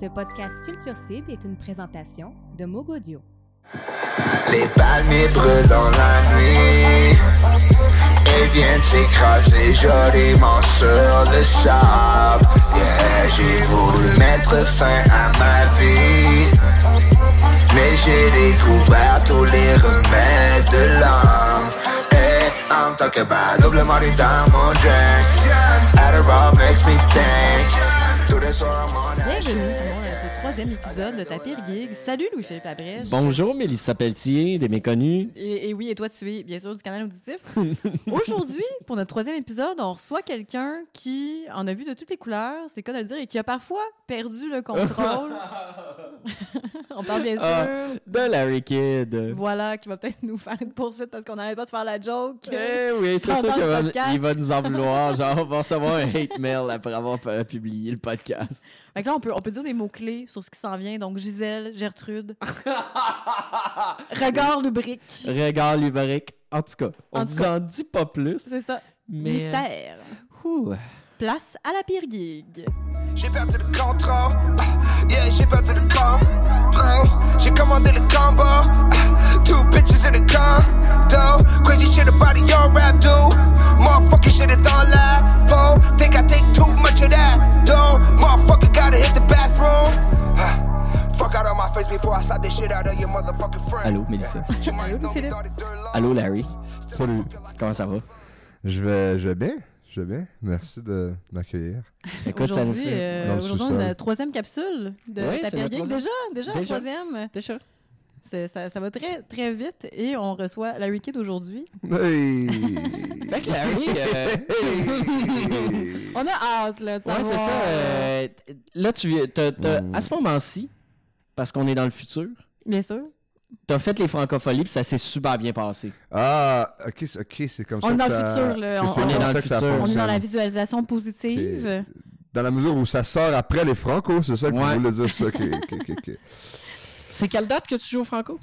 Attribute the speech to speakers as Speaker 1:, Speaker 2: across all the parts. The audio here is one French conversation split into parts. Speaker 1: Ce podcast Culture Cible est une présentation de Mogodio.
Speaker 2: Les palmiers brûlent dans la nuit et viennent s'écraser joliment sur le sable. Yeah, j'ai voulu mettre fin à ma vie, mais j'ai découvert tous les remèdes de l'homme. Hey, I'm talking about double money dans mon drink. Adderall makes me think. Tous les soirs, mon
Speaker 3: Bienvenue tout le monde à notre troisième épisode de Tapir Gig. Salut Louis-Philippe Labrèche.
Speaker 4: Bonjour, Mélissa Pelletier, des Méconnus.
Speaker 3: Et, et oui, et toi tu es bien sûr du canal auditif. Aujourd'hui, pour notre troisième épisode, on reçoit quelqu'un qui en a vu de toutes les couleurs, c'est quoi de le dire, et qui a parfois perdu le contrôle. on parle bien sûr.
Speaker 4: Ah. De Larry Kidd.
Speaker 3: Voilà, qui va peut-être nous faire une poursuite parce qu'on n'arrête pas de faire la joke.
Speaker 4: Eh oui, c'est
Speaker 3: Quand on
Speaker 4: sûr
Speaker 3: parle
Speaker 4: qu'il
Speaker 3: de
Speaker 4: va,
Speaker 3: podcast.
Speaker 4: il va nous en vouloir. Genre, on va recevoir un hate mail après avoir euh, publié le podcast.
Speaker 3: Fait que là, on peut, on peut dire des mots-clés sur ce qui s'en vient. Donc, Gisèle, Gertrude. Regard lubrique.
Speaker 4: Regard lubrique. En tout cas, on
Speaker 3: En tout
Speaker 4: vous
Speaker 3: cas.
Speaker 4: en dit pas plus.
Speaker 3: C'est ça.
Speaker 4: Mais, euh,
Speaker 3: Mystère.
Speaker 4: Ouh.
Speaker 3: Place à la pire gig.
Speaker 2: J'ai perdu le contrôle, ah, yeah, j'ai perdu le contrôle. J'ai commandé le combo, ah, two bitches in a condo. Crazy shit about it, your rap dude. Motherfucker shit it all la phone. Think I take too much of that, though. Motherfucker gotta hit the bathroom. Ah, Fuck out of my face before I slap this shit out of your motherfucking friend.
Speaker 4: Allô, Mélissa.
Speaker 2: You might
Speaker 3: Allô,
Speaker 2: know me
Speaker 3: Philippe.
Speaker 2: thought it dirt low.
Speaker 4: Allô, Larry.
Speaker 2: Still a
Speaker 5: Salut.
Speaker 2: fucker like-
Speaker 4: Comment ça va?
Speaker 5: Je vais, je vais bien. Je vais bien. Merci de m'accueillir.
Speaker 4: Écoute, ça nous
Speaker 3: Aujourd'hui,
Speaker 4: fait...
Speaker 3: euh,
Speaker 5: Dans le
Speaker 3: aujourd'hui,
Speaker 5: sous-sol.
Speaker 3: on a la troisième capsule de
Speaker 4: Ouais,
Speaker 3: la
Speaker 4: c'est la
Speaker 3: Gig.
Speaker 4: troisième.
Speaker 3: Déjà, déjà, la
Speaker 4: Déjà.
Speaker 3: troisième.
Speaker 4: Déjà.
Speaker 3: C'est- Ça, ça va très, très vite et on reçoit Larry Kidd aujourd'hui.
Speaker 5: Hey!
Speaker 4: Fait que Larry... euh,
Speaker 3: On a hâte, là, de
Speaker 4: Ouais, c'est
Speaker 3: savoir,
Speaker 4: ça.
Speaker 3: euh,
Speaker 4: euh, là, tu viens- t'as- t'as-
Speaker 5: Mm.
Speaker 4: à ce moment-ci, parce qu'on est dans le futur,
Speaker 3: Bien sûr.
Speaker 4: t'as fait les francopholies puis ça s'est super bien passé.
Speaker 5: ah, ok, c'est- ok, c'est comme
Speaker 3: On
Speaker 5: ça.
Speaker 3: est
Speaker 5: que
Speaker 3: dans le
Speaker 5: ça-
Speaker 3: futur, là.
Speaker 5: que
Speaker 3: On-
Speaker 5: c'est
Speaker 3: on
Speaker 5: comme
Speaker 3: est dans
Speaker 5: ça
Speaker 4: le
Speaker 5: que ça
Speaker 4: futur.
Speaker 3: On est dans la
Speaker 5: fonctionne.
Speaker 3: visualisation positive.
Speaker 5: Dans la mesure où ça sort après les Franco, c'est ça que
Speaker 4: Ouais.
Speaker 5: vous voulez dire ça. que- que- que- que-
Speaker 4: C'est quelle date que tu joues au franco?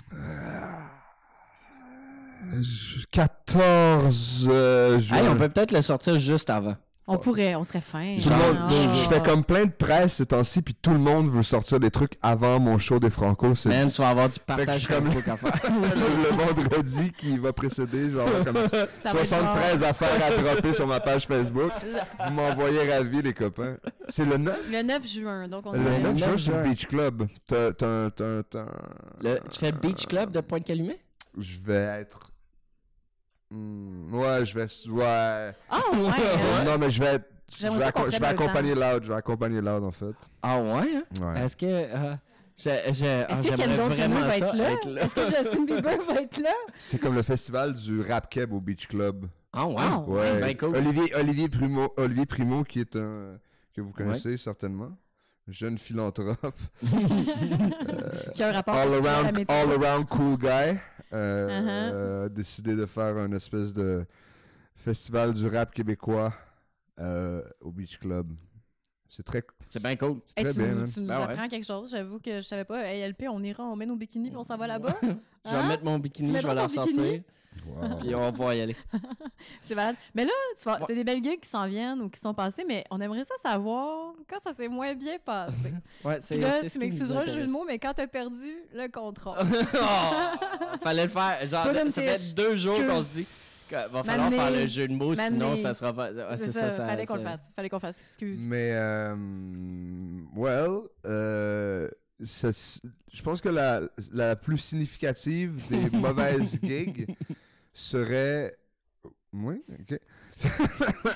Speaker 5: Je- 14 euh, juin.
Speaker 4: Hey, on peut peut-être le sortir juste avant.
Speaker 3: On pourrait, on serait fin.
Speaker 5: Tout le monde-
Speaker 3: Ah.
Speaker 5: je- je fais comme plein de presse ces temps-ci, puis tout le monde veut sortir des trucs avant mon show des Franco. C'est
Speaker 4: Man, tu vas avoir du
Speaker 5: Fait que
Speaker 4: partage
Speaker 5: je suis comme-
Speaker 4: Facebook à faire.
Speaker 5: le le vendredi qui va précéder, genre comme
Speaker 3: va être
Speaker 5: 73 affaires à dropper sur ma page Facebook. Vous m'envoyez ravi, les copains. C'est le 9?
Speaker 3: Le 9 juin, donc on
Speaker 5: Le
Speaker 3: est-
Speaker 5: 9 juin,
Speaker 4: neuf
Speaker 5: c'est
Speaker 4: juin.
Speaker 5: le Beach Club. T'as- t'as- t'as- t'as- Euh,
Speaker 4: Le- tu fais le Beach Club de Pointe-Calumet?
Speaker 5: Je vais être... Hmm, ouais, je vais... Ouais.
Speaker 3: Ah, ouais! hein?
Speaker 5: Non, mais je vais être... Je
Speaker 3: J'aimerais
Speaker 5: vais,
Speaker 3: ça qu'on
Speaker 5: acco-
Speaker 3: prenne
Speaker 5: je vais
Speaker 3: le temps.
Speaker 5: accompagner Loud, je vais accompagner Loud en fait.
Speaker 4: Ah ouais? hein?
Speaker 5: Ouais.
Speaker 4: Est-ce que... euh, j'ai- j'ai- ah,
Speaker 3: Est-ce que
Speaker 4: j'aimerais
Speaker 3: Kendall Jenner
Speaker 4: vraiment
Speaker 3: va
Speaker 4: ça
Speaker 3: être là? Est-ce que Justin Bieber va être là?
Speaker 5: C'est comme le festival du rap keb au Beach Club.
Speaker 4: Ah ouais?
Speaker 3: Wow.
Speaker 5: Ouais.
Speaker 4: Ben cool.
Speaker 5: Olivier, Olivier, Primo, Olivier Primo, qui est un. que vous connaissez certainement. Jeune philanthrope.
Speaker 4: Oh,
Speaker 3: Qui a un rapport
Speaker 5: All
Speaker 3: particulier à la
Speaker 5: around,
Speaker 3: météo.
Speaker 5: all around cool guy. euh,
Speaker 3: Uh-huh.
Speaker 5: euh, a décidé de faire un espèce de festival du rap québécois euh, au Beach Club. C'est très,
Speaker 4: C'est bien cool.
Speaker 5: c'est
Speaker 3: Hey,
Speaker 5: très
Speaker 3: tu,
Speaker 5: bien, hein.
Speaker 3: nous-
Speaker 5: man.
Speaker 3: tu nous
Speaker 4: Ben ouais.
Speaker 3: apprends quelque chose, j'avoue que je savais pas. Hey, LP, on ira, on met nos bikinis puis on s'en va là-bas.
Speaker 4: Je vais
Speaker 3: Hein?
Speaker 4: mettre mon bikini,
Speaker 3: Tu
Speaker 4: je vais
Speaker 3: mettras
Speaker 4: l'en
Speaker 3: ton bikini?
Speaker 4: sortir,
Speaker 5: Wow.
Speaker 4: puis on va pouvoir y aller.
Speaker 3: C'est malade. Mais là, tu vas, t'as des belles gigs qui s'en viennent ou qui sont passées, mais on aimerait ça savoir quand ça s'est moins bien passé.
Speaker 4: Ouais, c'est
Speaker 3: Puis là,
Speaker 4: c'est
Speaker 3: tu
Speaker 4: ce qui nous
Speaker 3: m'excuseras le jeu de
Speaker 4: intéresse.
Speaker 3: mots, mais quand t'as perdu le contrôle.
Speaker 4: Oh! Fallait le faire. Genre,
Speaker 3: Golden
Speaker 4: ça fait
Speaker 3: Fish.
Speaker 4: deux jours
Speaker 3: Excuse.
Speaker 4: qu'on se dit qu'il va falloir
Speaker 3: M'amener.
Speaker 4: faire le jeu de mots, sinon
Speaker 3: M'amener.
Speaker 4: Ah, ça sera pas. ouais,
Speaker 3: c'est ça, fallait qu'on le fasse. Fallait qu'on le fasse. Excuse.
Speaker 5: Mais, euh, well, euh, ça s- je pense que la, la plus significative des mauvaises gigs serait. Oui, ok.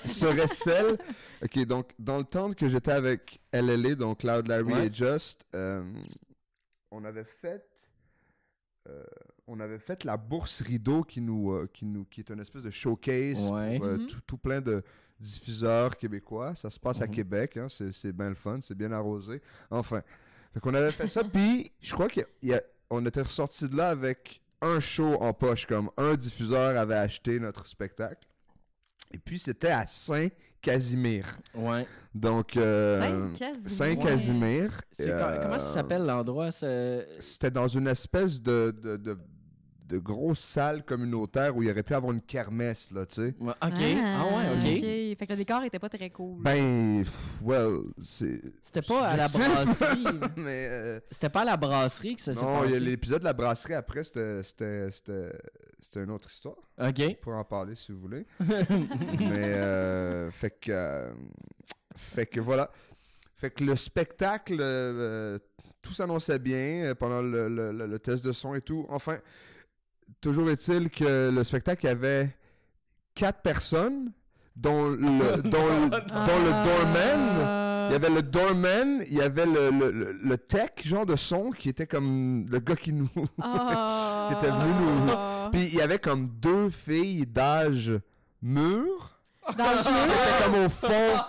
Speaker 5: serait celle. Ok, donc, dans le temps que j'étais avec LLA, donc Cloud Larry
Speaker 4: Ouais.
Speaker 5: et Just, euh, on avait fait. euh, on avait fait la bourse rideau qui nous, euh, qui nous qui est une espèce de showcase
Speaker 4: Ouais.
Speaker 5: pour, euh,
Speaker 3: Mhm.
Speaker 5: tout, tout plein de diffuseurs québécois. Ça se passe à
Speaker 4: Mhm.
Speaker 5: Québec. hein. C'est, c'est bien le fun. C'est bien arrosé. Enfin. Fait qu'on avait fait ça. Puis, je crois qu'on était ressorti de là avec un show en poche. Comme un diffuseur avait acheté notre spectacle. Et puis, c'était à Saint-Casimir.
Speaker 4: Ouais.
Speaker 5: Donc, euh,
Speaker 3: Saint-Casimir.
Speaker 5: Saint-Casimir.
Speaker 4: C'est
Speaker 5: euh,
Speaker 4: co- Comment ça s'appelle l'endroit? ce-
Speaker 5: C'était dans une espèce de, de, de, de grosse salle communautaire où il aurait pu avoir une kermesse, là, tu sais.
Speaker 4: Ouais, Ok. Ah ouais, ok.
Speaker 3: ok. OK. Fait que le décor était pas très cool.
Speaker 5: Ben, pff, well, c'est.
Speaker 4: C'était pas à la
Speaker 5: Subjectif.
Speaker 4: brasserie.
Speaker 5: Mais. euh,
Speaker 4: C'était pas à la brasserie que ça s'est
Speaker 5: non, il y a
Speaker 4: passé.
Speaker 5: l'épisode de la brasserie après, c'était- c'était c'était- c'était une autre histoire.
Speaker 4: OK.
Speaker 5: Pour en parler si vous voulez.
Speaker 3: Ben,
Speaker 5: Mais, euh, fait que. euh, fait que voilà. Fait que le spectacle, euh, tout s'annonçait bien euh, pendant le, le- le- le test de son et tout. Enfin, toujours est-il que le spectacle il y avait quatre personnes, dont le, dont le- dont le doorman. Il y avait le doorman, il y avait le, le- le- le tech, genre de son, qui était comme le gars qui nous.
Speaker 3: Ah.
Speaker 5: qui était venu nous- Puis il y avait comme deux filles d'âge mûr.
Speaker 3: D'âge
Speaker 5: qui étaient comme au fond.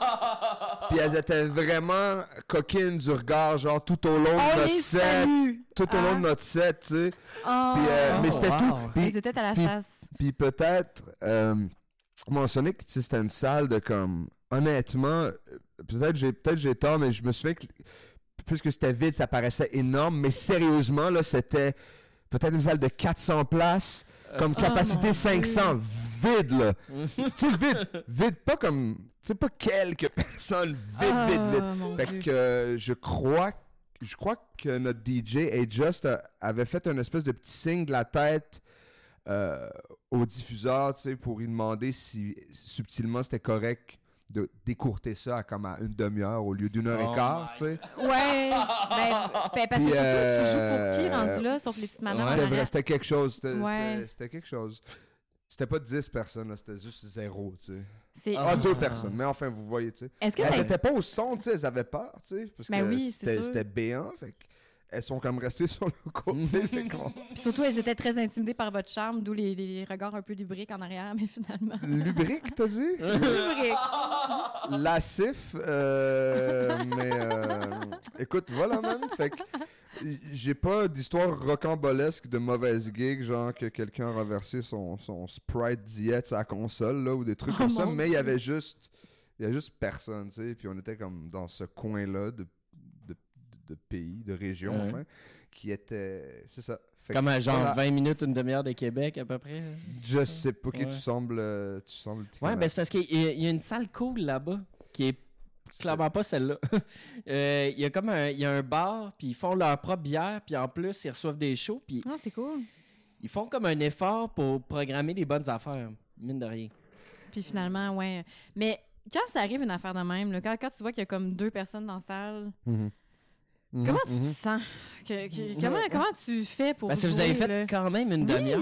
Speaker 5: Puis elles étaient vraiment coquines du regard, genre tout au long de
Speaker 3: On
Speaker 5: notre
Speaker 3: les
Speaker 5: set.
Speaker 3: salue!
Speaker 5: Tout au long de notre set, tu sais.
Speaker 3: Ah.
Speaker 5: Puis, euh, mais c'était
Speaker 4: wow.
Speaker 5: tout. Puis-
Speaker 3: Ils étaient à la
Speaker 5: puis-
Speaker 3: chasse.
Speaker 5: Puis peut-être euh, mentionner que tu sais, c'était une salle de comme honnêtement, euh, peut-être j'ai peut-être j'ai tort, mais je me souviens que puisque c'était vide, ça paraissait énorme, mais sérieusement là, c'était peut-être une salle de 400 places, comme capacité
Speaker 3: mon
Speaker 5: 500, vide là. tu sais vide, vide pas comme, tu sais pas quelques personnes, vide, vide, vide.
Speaker 3: Ah, mon
Speaker 5: Fait
Speaker 3: Dieu.
Speaker 5: que euh, je crois je crois que notre DJ et Just euh, avait fait un espèce de petit signe de la tête euh, au diffuseur, tu sais, pour lui demander si subtilement c'était correct de décourter ça à comme à une demi-heure au lieu d'une heure
Speaker 6: Oh
Speaker 5: et quart, tu sais.
Speaker 3: Ouais. Ben, ben, parce que
Speaker 5: Puis,
Speaker 3: surtout,
Speaker 5: euh,
Speaker 3: tu joues pour qui rendu là, sauf les petites
Speaker 5: c'était
Speaker 3: mamans. en
Speaker 5: vrai, C'était
Speaker 3: arrière.
Speaker 5: quelque chose, c'était
Speaker 3: Ouais.
Speaker 5: c'était- c'était quelque chose. C'était pas 10 personnes, là, c'était juste zéro, tu sais.
Speaker 3: C'est-
Speaker 5: Ah, ben,
Speaker 4: Ah.
Speaker 5: deux personnes, mais enfin, vous voyez, tu sais.
Speaker 3: Est-ce que
Speaker 5: Elles
Speaker 3: ça
Speaker 5: étaient pas au son, tu sais, elles avaient peur, tu sais, parce
Speaker 3: Ben
Speaker 5: que
Speaker 3: oui, c'est
Speaker 5: c'était
Speaker 3: sûr.
Speaker 5: c'était béant, fait que elles sont comme restées sur le côté, fait qu'on-
Speaker 3: Puis surtout, elles étaient très intimidées par votre charme, d'où les, les regards un peu lubriques en arrière, mais finalement.
Speaker 5: Lubrique, t'as dit?
Speaker 3: Lubriques.
Speaker 5: Lassif, euh, mais euh, écoute, voilà, man, fait que j'ai pas d'histoire rocambolesque de mauvaise gig, genre que quelqu'un a renversé son, son Sprite diète à la console, là, ou des trucs
Speaker 3: Oh,
Speaker 5: comme ça,
Speaker 3: mon
Speaker 5: mais il y
Speaker 3: Dieu.
Speaker 5: avait juste, il y a juste personne, tu sais, puis on était comme dans ce coin-là de, de, de pays, de région,
Speaker 4: Ouais.
Speaker 5: enfin, qui était, c'est ça. Fait que
Speaker 4: Comme à genre
Speaker 5: voilà.
Speaker 4: 20 minutes, une demi-heure de Québec à peu près.
Speaker 5: Je sais pas, ok,
Speaker 4: Ouais.
Speaker 5: tu sembles, euh, tu sembles. t'y
Speaker 4: Ouais, ben
Speaker 5: connaître.
Speaker 4: c'est parce qu'il y, a- il y a une salle cool là-bas qui est clairement pas celle-là. Euh, Il y a comme un, il y a un bar, puis ils font leur propre bière, puis en plus, ils reçoivent des shows, puis
Speaker 3: Non, Ah, c'est cool.
Speaker 4: ils font comme un effort pour programmer les bonnes affaires, mine de rien.
Speaker 3: Puis finalement, ouais. Mais quand ça arrive une affaire de même, là, quand, quand tu vois qu'il y a comme deux personnes dans la salle,
Speaker 5: Mhm. Mhm,
Speaker 3: comment tu
Speaker 5: mhm. Ben,
Speaker 3: te sens? Que- que- comment, comment tu fais pour.
Speaker 4: Parce que vous
Speaker 3: jouer,
Speaker 4: avez fait
Speaker 3: là?
Speaker 4: quand même une
Speaker 3: Oui.
Speaker 4: demi-heure.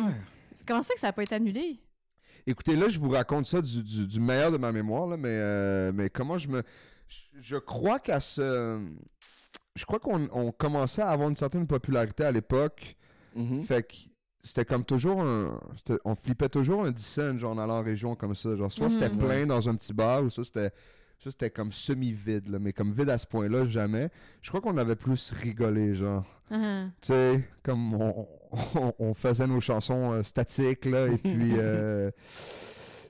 Speaker 3: Comment ça que ça n'a pas été annulé?
Speaker 5: Écoutez, là, je vous raconte ça du, du- du meilleur de ma mémoire, là, mais, euh, mais comment je me. Je, je crois qu'à ce. Je crois qu'on on commençait à avoir une certaine popularité à l'époque.
Speaker 4: Mhm.
Speaker 5: Fait que c'était comme toujours un. c'était- On flippait toujours un 10 cents, genre en allant en région comme ça. Genre, soit c'était
Speaker 3: Mhm.
Speaker 5: plein dans un petit bar, ou soit c'était. Ça, c'était comme semi-vide, là, mais comme vide à ce point-là, jamais. Je crois qu'on avait plus rigolé, genre.
Speaker 3: Ah,
Speaker 5: tu sais, comme on, on- on faisait nos chansons euh, statiques, là, et puis, euh,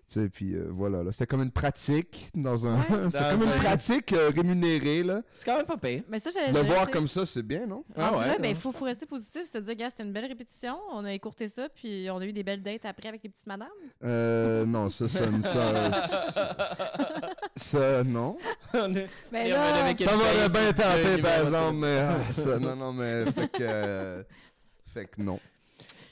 Speaker 5: tu sais, puis euh, voilà, là, c'était comme une pratique dans un...
Speaker 3: Ouais.
Speaker 5: c'était
Speaker 4: Dans
Speaker 5: comme
Speaker 4: un-
Speaker 5: une pratique euh, rémunérée, là.
Speaker 4: C'est quand même pas pire.
Speaker 3: Mais ça, j'allais
Speaker 5: Le
Speaker 3: dire, tu
Speaker 5: voir
Speaker 3: sais,
Speaker 5: comme ça, c'est bien, non?
Speaker 4: Ah
Speaker 3: rendu
Speaker 4: ouais,
Speaker 3: là,
Speaker 4: là.
Speaker 3: ben, il faut, faut rester positif, se dire, gars, c'était une belle répétition, on a écourté ça, puis on a eu des belles dates après avec les petites madames.
Speaker 5: Euh, non, ça, ça, ça, ça, ça, non.
Speaker 3: Ben
Speaker 4: Et on
Speaker 3: là,
Speaker 4: va avec-
Speaker 5: Ça m'aurait bien tenté,
Speaker 4: Le
Speaker 5: par
Speaker 4: numéro
Speaker 5: exemple, mais ah, ça, non, non, mais, fait que, euh, fait que non.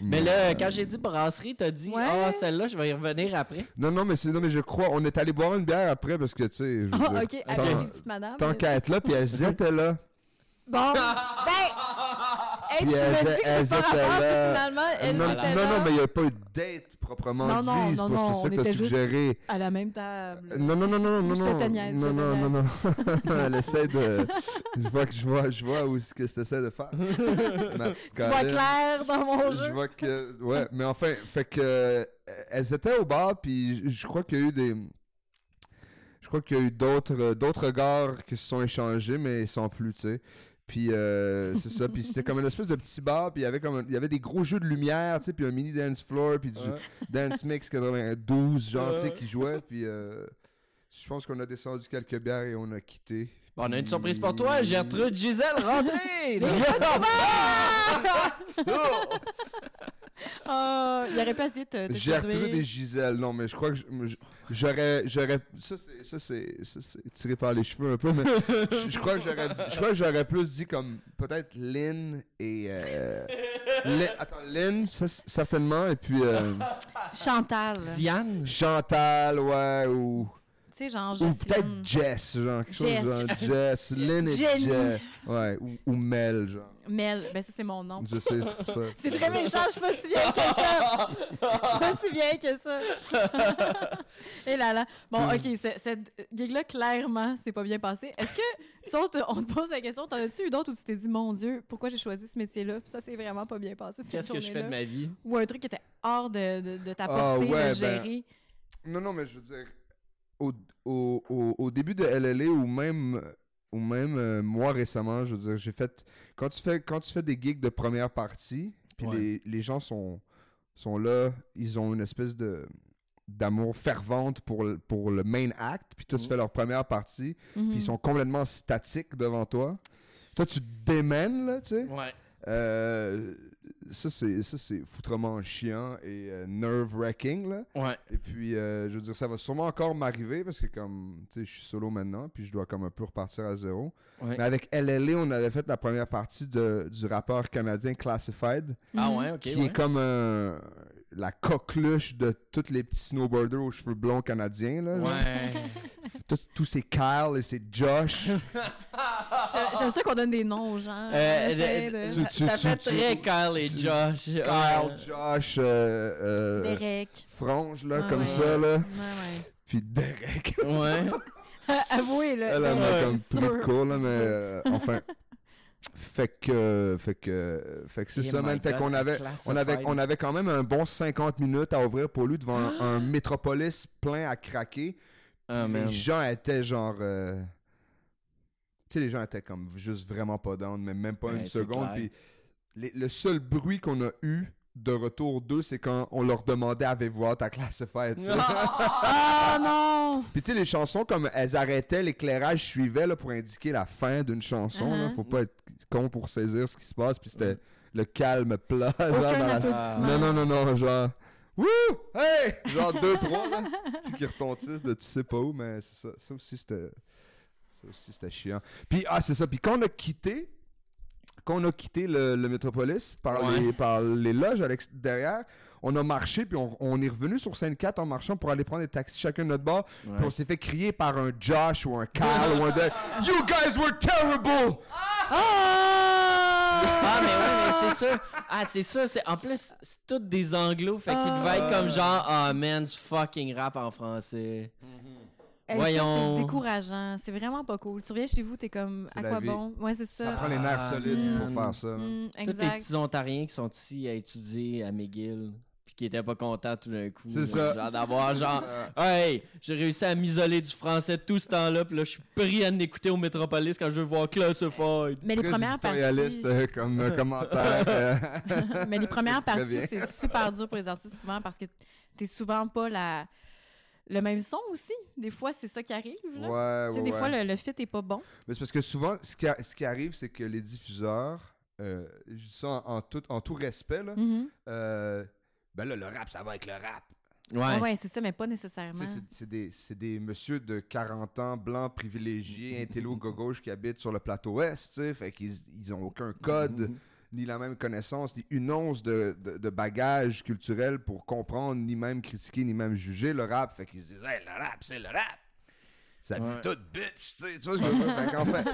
Speaker 4: Mais
Speaker 5: euh,
Speaker 4: là, quand j'ai dit brasserie, t'as dit
Speaker 3: Ouais.
Speaker 4: Ah, celle-là, je vais y revenir après.
Speaker 5: Non, non, mais c'est, non, mais je crois, on est allé boire une bière après, parce que, tu sais, je veux
Speaker 3: Ah,
Speaker 5: dire,
Speaker 3: ok,
Speaker 5: tant-
Speaker 3: avec les petites madames.
Speaker 5: tant qu'à être là, puis elles étaient là.
Speaker 3: Bon, ben, hey, tu
Speaker 5: Puis elle
Speaker 3: me dis
Speaker 5: était-
Speaker 3: que je
Speaker 5: elle
Speaker 3: suis pas
Speaker 5: était
Speaker 3: rapport, puis
Speaker 5: là.
Speaker 3: finalement, elle
Speaker 5: non,
Speaker 3: était
Speaker 5: non,
Speaker 3: là
Speaker 5: non, mais il n'y a pas eu de date proprement
Speaker 3: Non, non, non,
Speaker 5: dit. C'est pas- c'est
Speaker 3: non,
Speaker 5: pour ça que
Speaker 3: on
Speaker 5: t'as
Speaker 3: était juste-
Speaker 5: suggéré.
Speaker 3: à la même table.
Speaker 5: Euh, Non, non, non, non, non,
Speaker 3: Je
Speaker 5: non,
Speaker 3: te niaise, je
Speaker 5: non,
Speaker 3: te
Speaker 5: non, non, non, Elle essaie de. Je vois que je vois, je vois où ce que t'essaies de faire. Ma petite
Speaker 3: Tu vois
Speaker 5: Colin.
Speaker 3: clair dans mon jeu.
Speaker 5: Je vois que. Ouais, mais enfin, fait que. euh, Elles étaient au bar, puis je- je crois qu'il y a eu des. Je crois qu'il y a eu d'autres euh, d'autres regards qui se sont échangés, mais sans plus, tu sais. Puis euh, c'est ça, puis c'était comme une espèce de petit bar, puis il y avait comme un- il y avait des gros jeux de lumière, tu sais, puis un mini dance floor, puis du
Speaker 4: Ouais.
Speaker 5: dance mix 92 genre tu sais
Speaker 4: Ouais.
Speaker 5: qui jouait puis euh, je pense qu'on a descendu quelques bières et on a quitté.
Speaker 4: Bon, on a une surprise pour
Speaker 5: Mm.
Speaker 4: toi, Gertrude Gisèle, rentrez!
Speaker 5: Ah!
Speaker 3: Ah, il aurait pas essayé de te, de te
Speaker 5: Gertrude
Speaker 3: tuer.
Speaker 5: et Gisèle. Non, mais je crois que je- moi, je- j'aurais. j'aurais Ça, c'est- ça, c'est ça, c'est tiré par les cheveux un peu, mais je, je crois que j'aurais dit- je crois que j'aurais plus dit comme peut-être Lynn et. euh, Lynn- Attends, Lynn, ça, c- certainement, et puis euh,
Speaker 3: Chantal. Tu
Speaker 4: Diane.
Speaker 5: Chantal, ouais, ou.
Speaker 3: sais, genre,
Speaker 5: Ou
Speaker 3: Jocelyne.
Speaker 5: peut-être Jess, genre, quelque
Speaker 3: Jess.
Speaker 5: chose genre Jess, Lynn et
Speaker 3: Jenny.
Speaker 5: Jess. Ouais, ou, ou Mel, genre.
Speaker 3: Mel. Ben, ça, c'est mon nom.
Speaker 5: Je sais, c'est pour ça.
Speaker 3: C'est très méchant, je suis pas si vieille que ça. Je suis pas si vieille que ça. Et là là. Bon,
Speaker 5: Hmm.
Speaker 3: OK, ce- cette gig-là, clairement, c'est pas bien passé. Est-ce que, si on te, on te pose la question, t'en as-tu eu d'autres où tu t'es dit, mon Dieu, pourquoi j'ai choisi ce métier-là? Puis Ça, c'est vraiment pas bien passé. cette
Speaker 4: Qu'est-ce que je fais de
Speaker 3: journée-là.
Speaker 4: ma vie?
Speaker 3: Ou un truc qui était hors de, de, de ta
Speaker 5: Ah,
Speaker 3: portée
Speaker 5: ouais,
Speaker 3: de
Speaker 5: ben,
Speaker 3: gérer.
Speaker 5: Non, non, mais je veux dire, au, au, au, au début de LLA ou même, ou même euh, moi récemment, je veux dire, j'ai fait. Quand tu fais, quand tu fais des gigs de première partie, puis
Speaker 4: Ouais.
Speaker 5: les, les gens sont, sont là, ils ont une espèce de d'amour fervente pour, le- pour le main act, puis toi tu
Speaker 4: Mhm.
Speaker 5: fais leur première partie,
Speaker 3: Mhm.
Speaker 5: puis ils sont complètement statiques devant toi. Toi tu te démènes, là, tu sais.
Speaker 4: Ouais.
Speaker 5: Euh, ça, c'est ça, c'est foutrement chiant et euh, nerve-wracking, là.
Speaker 4: Ouais.
Speaker 5: Et puis, euh, je veux dire, ça va sûrement encore m'arriver parce que, comme, tu sais, je suis solo maintenant, puis je dois comme un peu repartir à zéro.
Speaker 4: Ouais.
Speaker 5: Mais avec LLA, on avait fait la première partie de, du rappeur canadien Classified,
Speaker 4: Ah ouais, ok.
Speaker 5: qui
Speaker 4: ouais.
Speaker 5: est comme un- la coqueluche de tous les petits snowboarders aux cheveux blonds canadiens, là. genre.
Speaker 4: Ouais.
Speaker 5: Tous, tous ces Kyle et ces Josh.
Speaker 3: J'aime- J'aime ça qu'on donne des noms aux gens.
Speaker 4: Euh,
Speaker 3: On essaie
Speaker 4: euh,
Speaker 3: de-
Speaker 5: tu-
Speaker 4: ça- ça
Speaker 5: tu-
Speaker 4: fait
Speaker 5: tu-
Speaker 4: très
Speaker 5: tu-
Speaker 4: Kyle et
Speaker 5: tu-
Speaker 4: Josh.
Speaker 5: Kyle, Josh, euh, euh,
Speaker 3: Derek.
Speaker 5: Frange, là,
Speaker 3: Ouais,
Speaker 5: comme
Speaker 3: ouais.
Speaker 5: ça, là.
Speaker 3: Ouais, ouais.
Speaker 5: Puis Derek.
Speaker 4: Ouais.
Speaker 3: Avouez, là.
Speaker 5: Elle elle m'a
Speaker 4: Ouais,
Speaker 5: comme
Speaker 3: Euh, c'est
Speaker 5: pris de
Speaker 3: sûr,
Speaker 5: court, là,
Speaker 3: c'est
Speaker 5: mais
Speaker 3: sûr.
Speaker 5: euh, enfin. Fait que, fait que, fait que c'est
Speaker 4: Eh
Speaker 5: ça,
Speaker 4: my
Speaker 5: man. Fait
Speaker 4: God,
Speaker 5: qu'on avait, on
Speaker 4: classified.
Speaker 5: avait, on avait quand même un bon 50 minutes à ouvrir pour lui devant un,
Speaker 3: Ah!
Speaker 5: un métropolis plein à craquer.
Speaker 4: Ah, man.
Speaker 5: les gens étaient genre. euh, Tu sais, les gens étaient comme juste vraiment pas down, mais même pas
Speaker 4: Ouais,
Speaker 5: une
Speaker 4: c'est
Speaker 5: seconde.
Speaker 4: clair.
Speaker 5: Puis les- le seul bruit qu'on a eu de retour d'eux, c'est quand on leur demandait avez-vous hâte à classifier. tu sais.
Speaker 3: Ah non!
Speaker 5: Puis tu sais, les chansons, comme elles arrêtaient, l'éclairage suivait là, pour indiquer la fin d'une chanson. là.
Speaker 3: Uh-huh. Mm.
Speaker 5: Faut pas être con pour saisir ce qui se passe. Puis c'était le calme plat. genre,
Speaker 3: Aucun
Speaker 5: dans la-
Speaker 3: applaudissement.
Speaker 5: Non, non, non, non, genre... Wouh! Hey! Genre deux, trois, là. Petit qui retentissent de tu sais pas où, mais c'est ça. Ça aussi, c'était... Ça aussi, c'était chiant. Puis, ah, c'est ça. Puis quand on a quitté... Quand on a quitté le, le Metropolis par,
Speaker 4: Ouais.
Speaker 5: les, par les loges à l'ex- derrière, on a marché, puis on, on est revenu sur scène 4 en marchant pour aller prendre des taxis chacun de notre bord. Puis on s'est fait crier par un Josh ou un Kyle ou un de You guys were terrible!
Speaker 4: Ah, mais ouais, mais c'est ça. Ah, c'est ça. c'est- En plus, c'est tous des anglos. Fait qu'ils devaient être comme genre, ah, man, du fucking rap en français.
Speaker 3: Eh, ça,
Speaker 4: Voyons.
Speaker 3: C'est décourageant. C'est vraiment pas cool. Tu reviens chez vous, t'es comme
Speaker 5: C'est
Speaker 3: à
Speaker 5: la
Speaker 3: quoi
Speaker 5: vie.
Speaker 3: bon? Ouais, c'est ça.
Speaker 5: Ça prend les nerfs solides
Speaker 3: man.
Speaker 5: pour faire ça. man.
Speaker 3: Ah. Mm,
Speaker 4: Tous les
Speaker 3: exact.
Speaker 4: petits Ontariens qui sont ici à étudier à McGill. Puis qui étaient pas contents tout d'un coup.
Speaker 5: C'est
Speaker 4: là,
Speaker 5: ça.
Speaker 4: Genre d'avoir genre,
Speaker 5: Euh,
Speaker 4: hey, j'ai réussi à m'isoler du français tout ce temps-là. Puis là, je suis pris à n'écouter au Metropolis quand je veux voir Classified.
Speaker 3: Mais les
Speaker 5: très
Speaker 3: premières
Speaker 5: éditorialiste
Speaker 3: parties,
Speaker 5: euh, comme euh, commentaire. euh.
Speaker 3: mais les premières
Speaker 5: très
Speaker 3: parties,
Speaker 5: bien.
Speaker 3: c'est super dur pour les artistes souvent parce que t'es souvent pas la le même son aussi. Des fois, c'est ça qui arrive. Là.
Speaker 5: ouais,
Speaker 3: Tu sais,
Speaker 5: ouais,
Speaker 3: des
Speaker 5: ouais.
Speaker 3: fois, le, le fit est pas bon.
Speaker 5: Mais c'est parce que souvent, ce qui, a- ce qui arrive, c'est que les diffuseurs, euh, je dis ça en, en tout, en tout respect, là,
Speaker 3: Mhm.
Speaker 5: euh, ben là, le rap, ça va avec le rap.
Speaker 3: Ah
Speaker 4: Ouais.
Speaker 3: ouais, c'est ça, mais pas
Speaker 5: Tu
Speaker 3: nécessairement.
Speaker 5: sais, c'est- C'est des, c'est des messieurs de 40 ans, blancs, privilégiés, intello gauche qui habitent sur le plateau Ouest, tu sais, fait qu'ils ils ont aucun code, ni la même connaissance, ni une once de, de, de bagage culturel pour comprendre, ni même critiquer, ni même juger le rap, fait qu'ils se disent « Hey, le rap, c'est le rap! » Ça dit
Speaker 4: Ouais.
Speaker 5: tout, bitch! Tu sais, tu vois ce que je veux dire? Fait qu'en fait...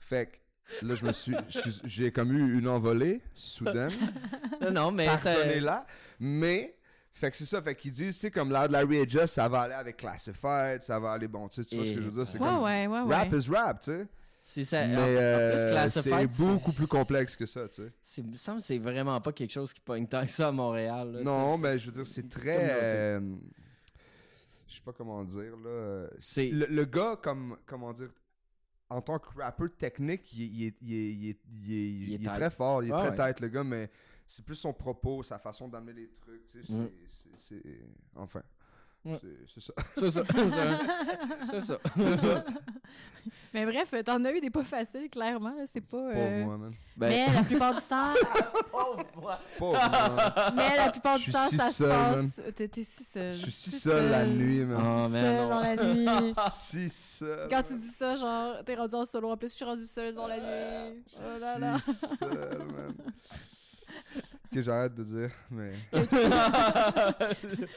Speaker 5: Fait que là, je me suis... excuse, J'ai comme eu une envolée soudaine
Speaker 4: Non, non, mais ça.
Speaker 5: pardonnez-la, mais fait que c'est ça, fait qu'ils disent, c'est comme l'air de la Readjust, ça va aller avec Classified, ça va aller bon, tu sais, tu vois ce que je veux dire, c'est
Speaker 3: Ouais,
Speaker 5: comme
Speaker 3: ouais, ouais, ouais.
Speaker 5: rap is rap, tu sais.
Speaker 4: C'est ça.
Speaker 5: mais
Speaker 4: en- en plus,
Speaker 5: euh, c'est
Speaker 4: Classified,
Speaker 5: beaucoup plus complexe que ça, tu sais.
Speaker 4: C'est, il me semble que c'est vraiment pas quelque chose qui pogne tant que ça à Montréal. là,
Speaker 5: Non, mais je veux dire, c'est
Speaker 4: une petite
Speaker 5: très,
Speaker 4: communauté.
Speaker 5: euh, je sais pas comment dire là. euh,
Speaker 4: tu sais. C'est...
Speaker 5: Le, le gars, comme comment dire, en tant que rappeur technique, il, est- il est- il est- il est- il
Speaker 4: Il
Speaker 5: est-
Speaker 4: est
Speaker 5: il est
Speaker 4: tight.
Speaker 5: très fort, il est
Speaker 4: Ah
Speaker 5: très
Speaker 4: ouais.
Speaker 5: tête le gars, mais c'est plus son propos, sa façon d'amener les trucs, tu sais, c'est-
Speaker 4: Mm.
Speaker 5: c'est- c'est- enfin.
Speaker 4: Ouais.
Speaker 5: C'est- C'est ça.
Speaker 4: C'est ça. C'est ça. C'est ça.
Speaker 3: Mais bref, t'en as eu des pas faciles, clairement. là, C'est pas. euh,
Speaker 5: Pauvre moi, man.
Speaker 4: Ben,
Speaker 3: Mais la plupart du temps,
Speaker 5: Pauvre moi.
Speaker 3: mais la plupart du
Speaker 5: Je suis
Speaker 3: temps,
Speaker 5: si
Speaker 3: ça se
Speaker 5: seul, man.
Speaker 3: passe. T'es t'es si seul.
Speaker 5: Je suis si
Speaker 3: Si
Speaker 5: seul la
Speaker 3: seul.
Speaker 5: nuit, man.
Speaker 4: oh, man,
Speaker 3: Seul
Speaker 4: non.
Speaker 3: dans la nuit.
Speaker 5: Si seul.
Speaker 3: Quand tu dis ça, genre, t'es rendu en solo. En plus, je suis rendu seul dans la
Speaker 5: Euh,
Speaker 3: nuit. Oh là là.
Speaker 5: Si seul, man. Que j'arrête de dire, mais.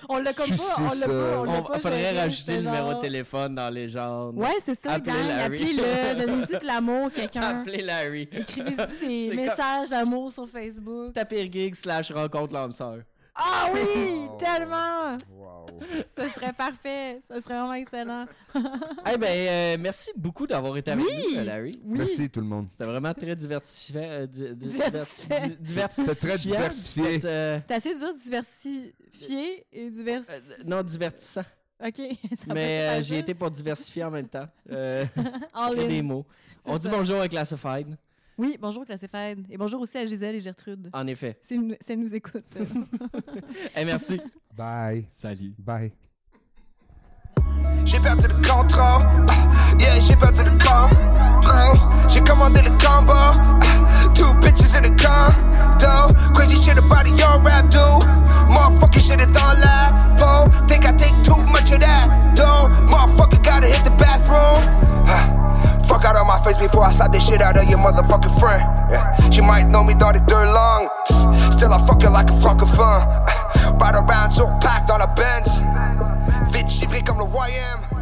Speaker 3: On l'a
Speaker 5: Je
Speaker 3: comme
Speaker 5: suis
Speaker 3: pas, on l'a
Speaker 5: seul.
Speaker 3: pas, on l'a
Speaker 4: On
Speaker 3: pas.
Speaker 4: faudrait
Speaker 3: géré,
Speaker 4: rajouter
Speaker 3: c'était
Speaker 4: le numéro de
Speaker 3: genre-
Speaker 4: téléphone dans les genres.
Speaker 3: Ouais, hein. c'est ça,
Speaker 4: Appelez
Speaker 3: gang.
Speaker 4: Larry.
Speaker 3: Appelez-le. Donnez-y de l'amour, quelqu'un.
Speaker 4: Appelez Larry.
Speaker 3: Écrivez-y
Speaker 4: C'est
Speaker 3: des messages d'amour sur Facebook.
Speaker 4: Tapir gig slash rencontre l'âme sœur.
Speaker 3: Ah oui!
Speaker 5: Oh.
Speaker 3: Tellement!
Speaker 5: Wow.
Speaker 3: Ce serait parfait. Ce serait vraiment excellent.
Speaker 4: Eh ben, euh, merci beaucoup d'avoir été avec
Speaker 3: Oui.
Speaker 4: nous, Larry.
Speaker 3: Oui.
Speaker 5: Merci tout le monde.
Speaker 4: C'était vraiment très diversifié. euh, di- di-
Speaker 3: Diversifié.
Speaker 4: di- diversifiant.
Speaker 5: C'est très diversifié.
Speaker 4: C'est, euh,
Speaker 3: T'as essayé de dire diversifié et divers.
Speaker 4: euh, non, divertissant.
Speaker 3: OK. ça peut
Speaker 4: Mais euh,
Speaker 3: être
Speaker 4: j'ai
Speaker 3: facile.
Speaker 4: été pour diversifier en même temps. Euh,
Speaker 3: All
Speaker 4: des
Speaker 3: in.
Speaker 4: mots.
Speaker 3: C'est
Speaker 4: On dit
Speaker 3: ça.
Speaker 4: bonjour à Classified.
Speaker 3: Oui, bonjour, Classifed. Et bonjour aussi à Gisèle et Gertrude.
Speaker 4: En effet.
Speaker 3: Si elles nous- si elles nous écoutent.
Speaker 4: Eh, merci.
Speaker 5: Bye.
Speaker 4: Salut.
Speaker 5: Bye.
Speaker 2: J'ai perdu le contrôle. ah, Yeah, j'ai perdu le contrôle. J'ai commandé le combo. ah, Two bitches in the condo. Crazy shit about it, your rap dude. Motherfucker shit it on la phone. Think I take too much of that though. Motherfucker gotta hit the bathroom. Ah, Fuck out of my face before I slap this shit out of your motherfucking friend. Yeah, She might know me, thought it dirt long. Still, I fuck her like a fucking fun. Ah, Ride around so packed on a bench. Vite givré comme le YM.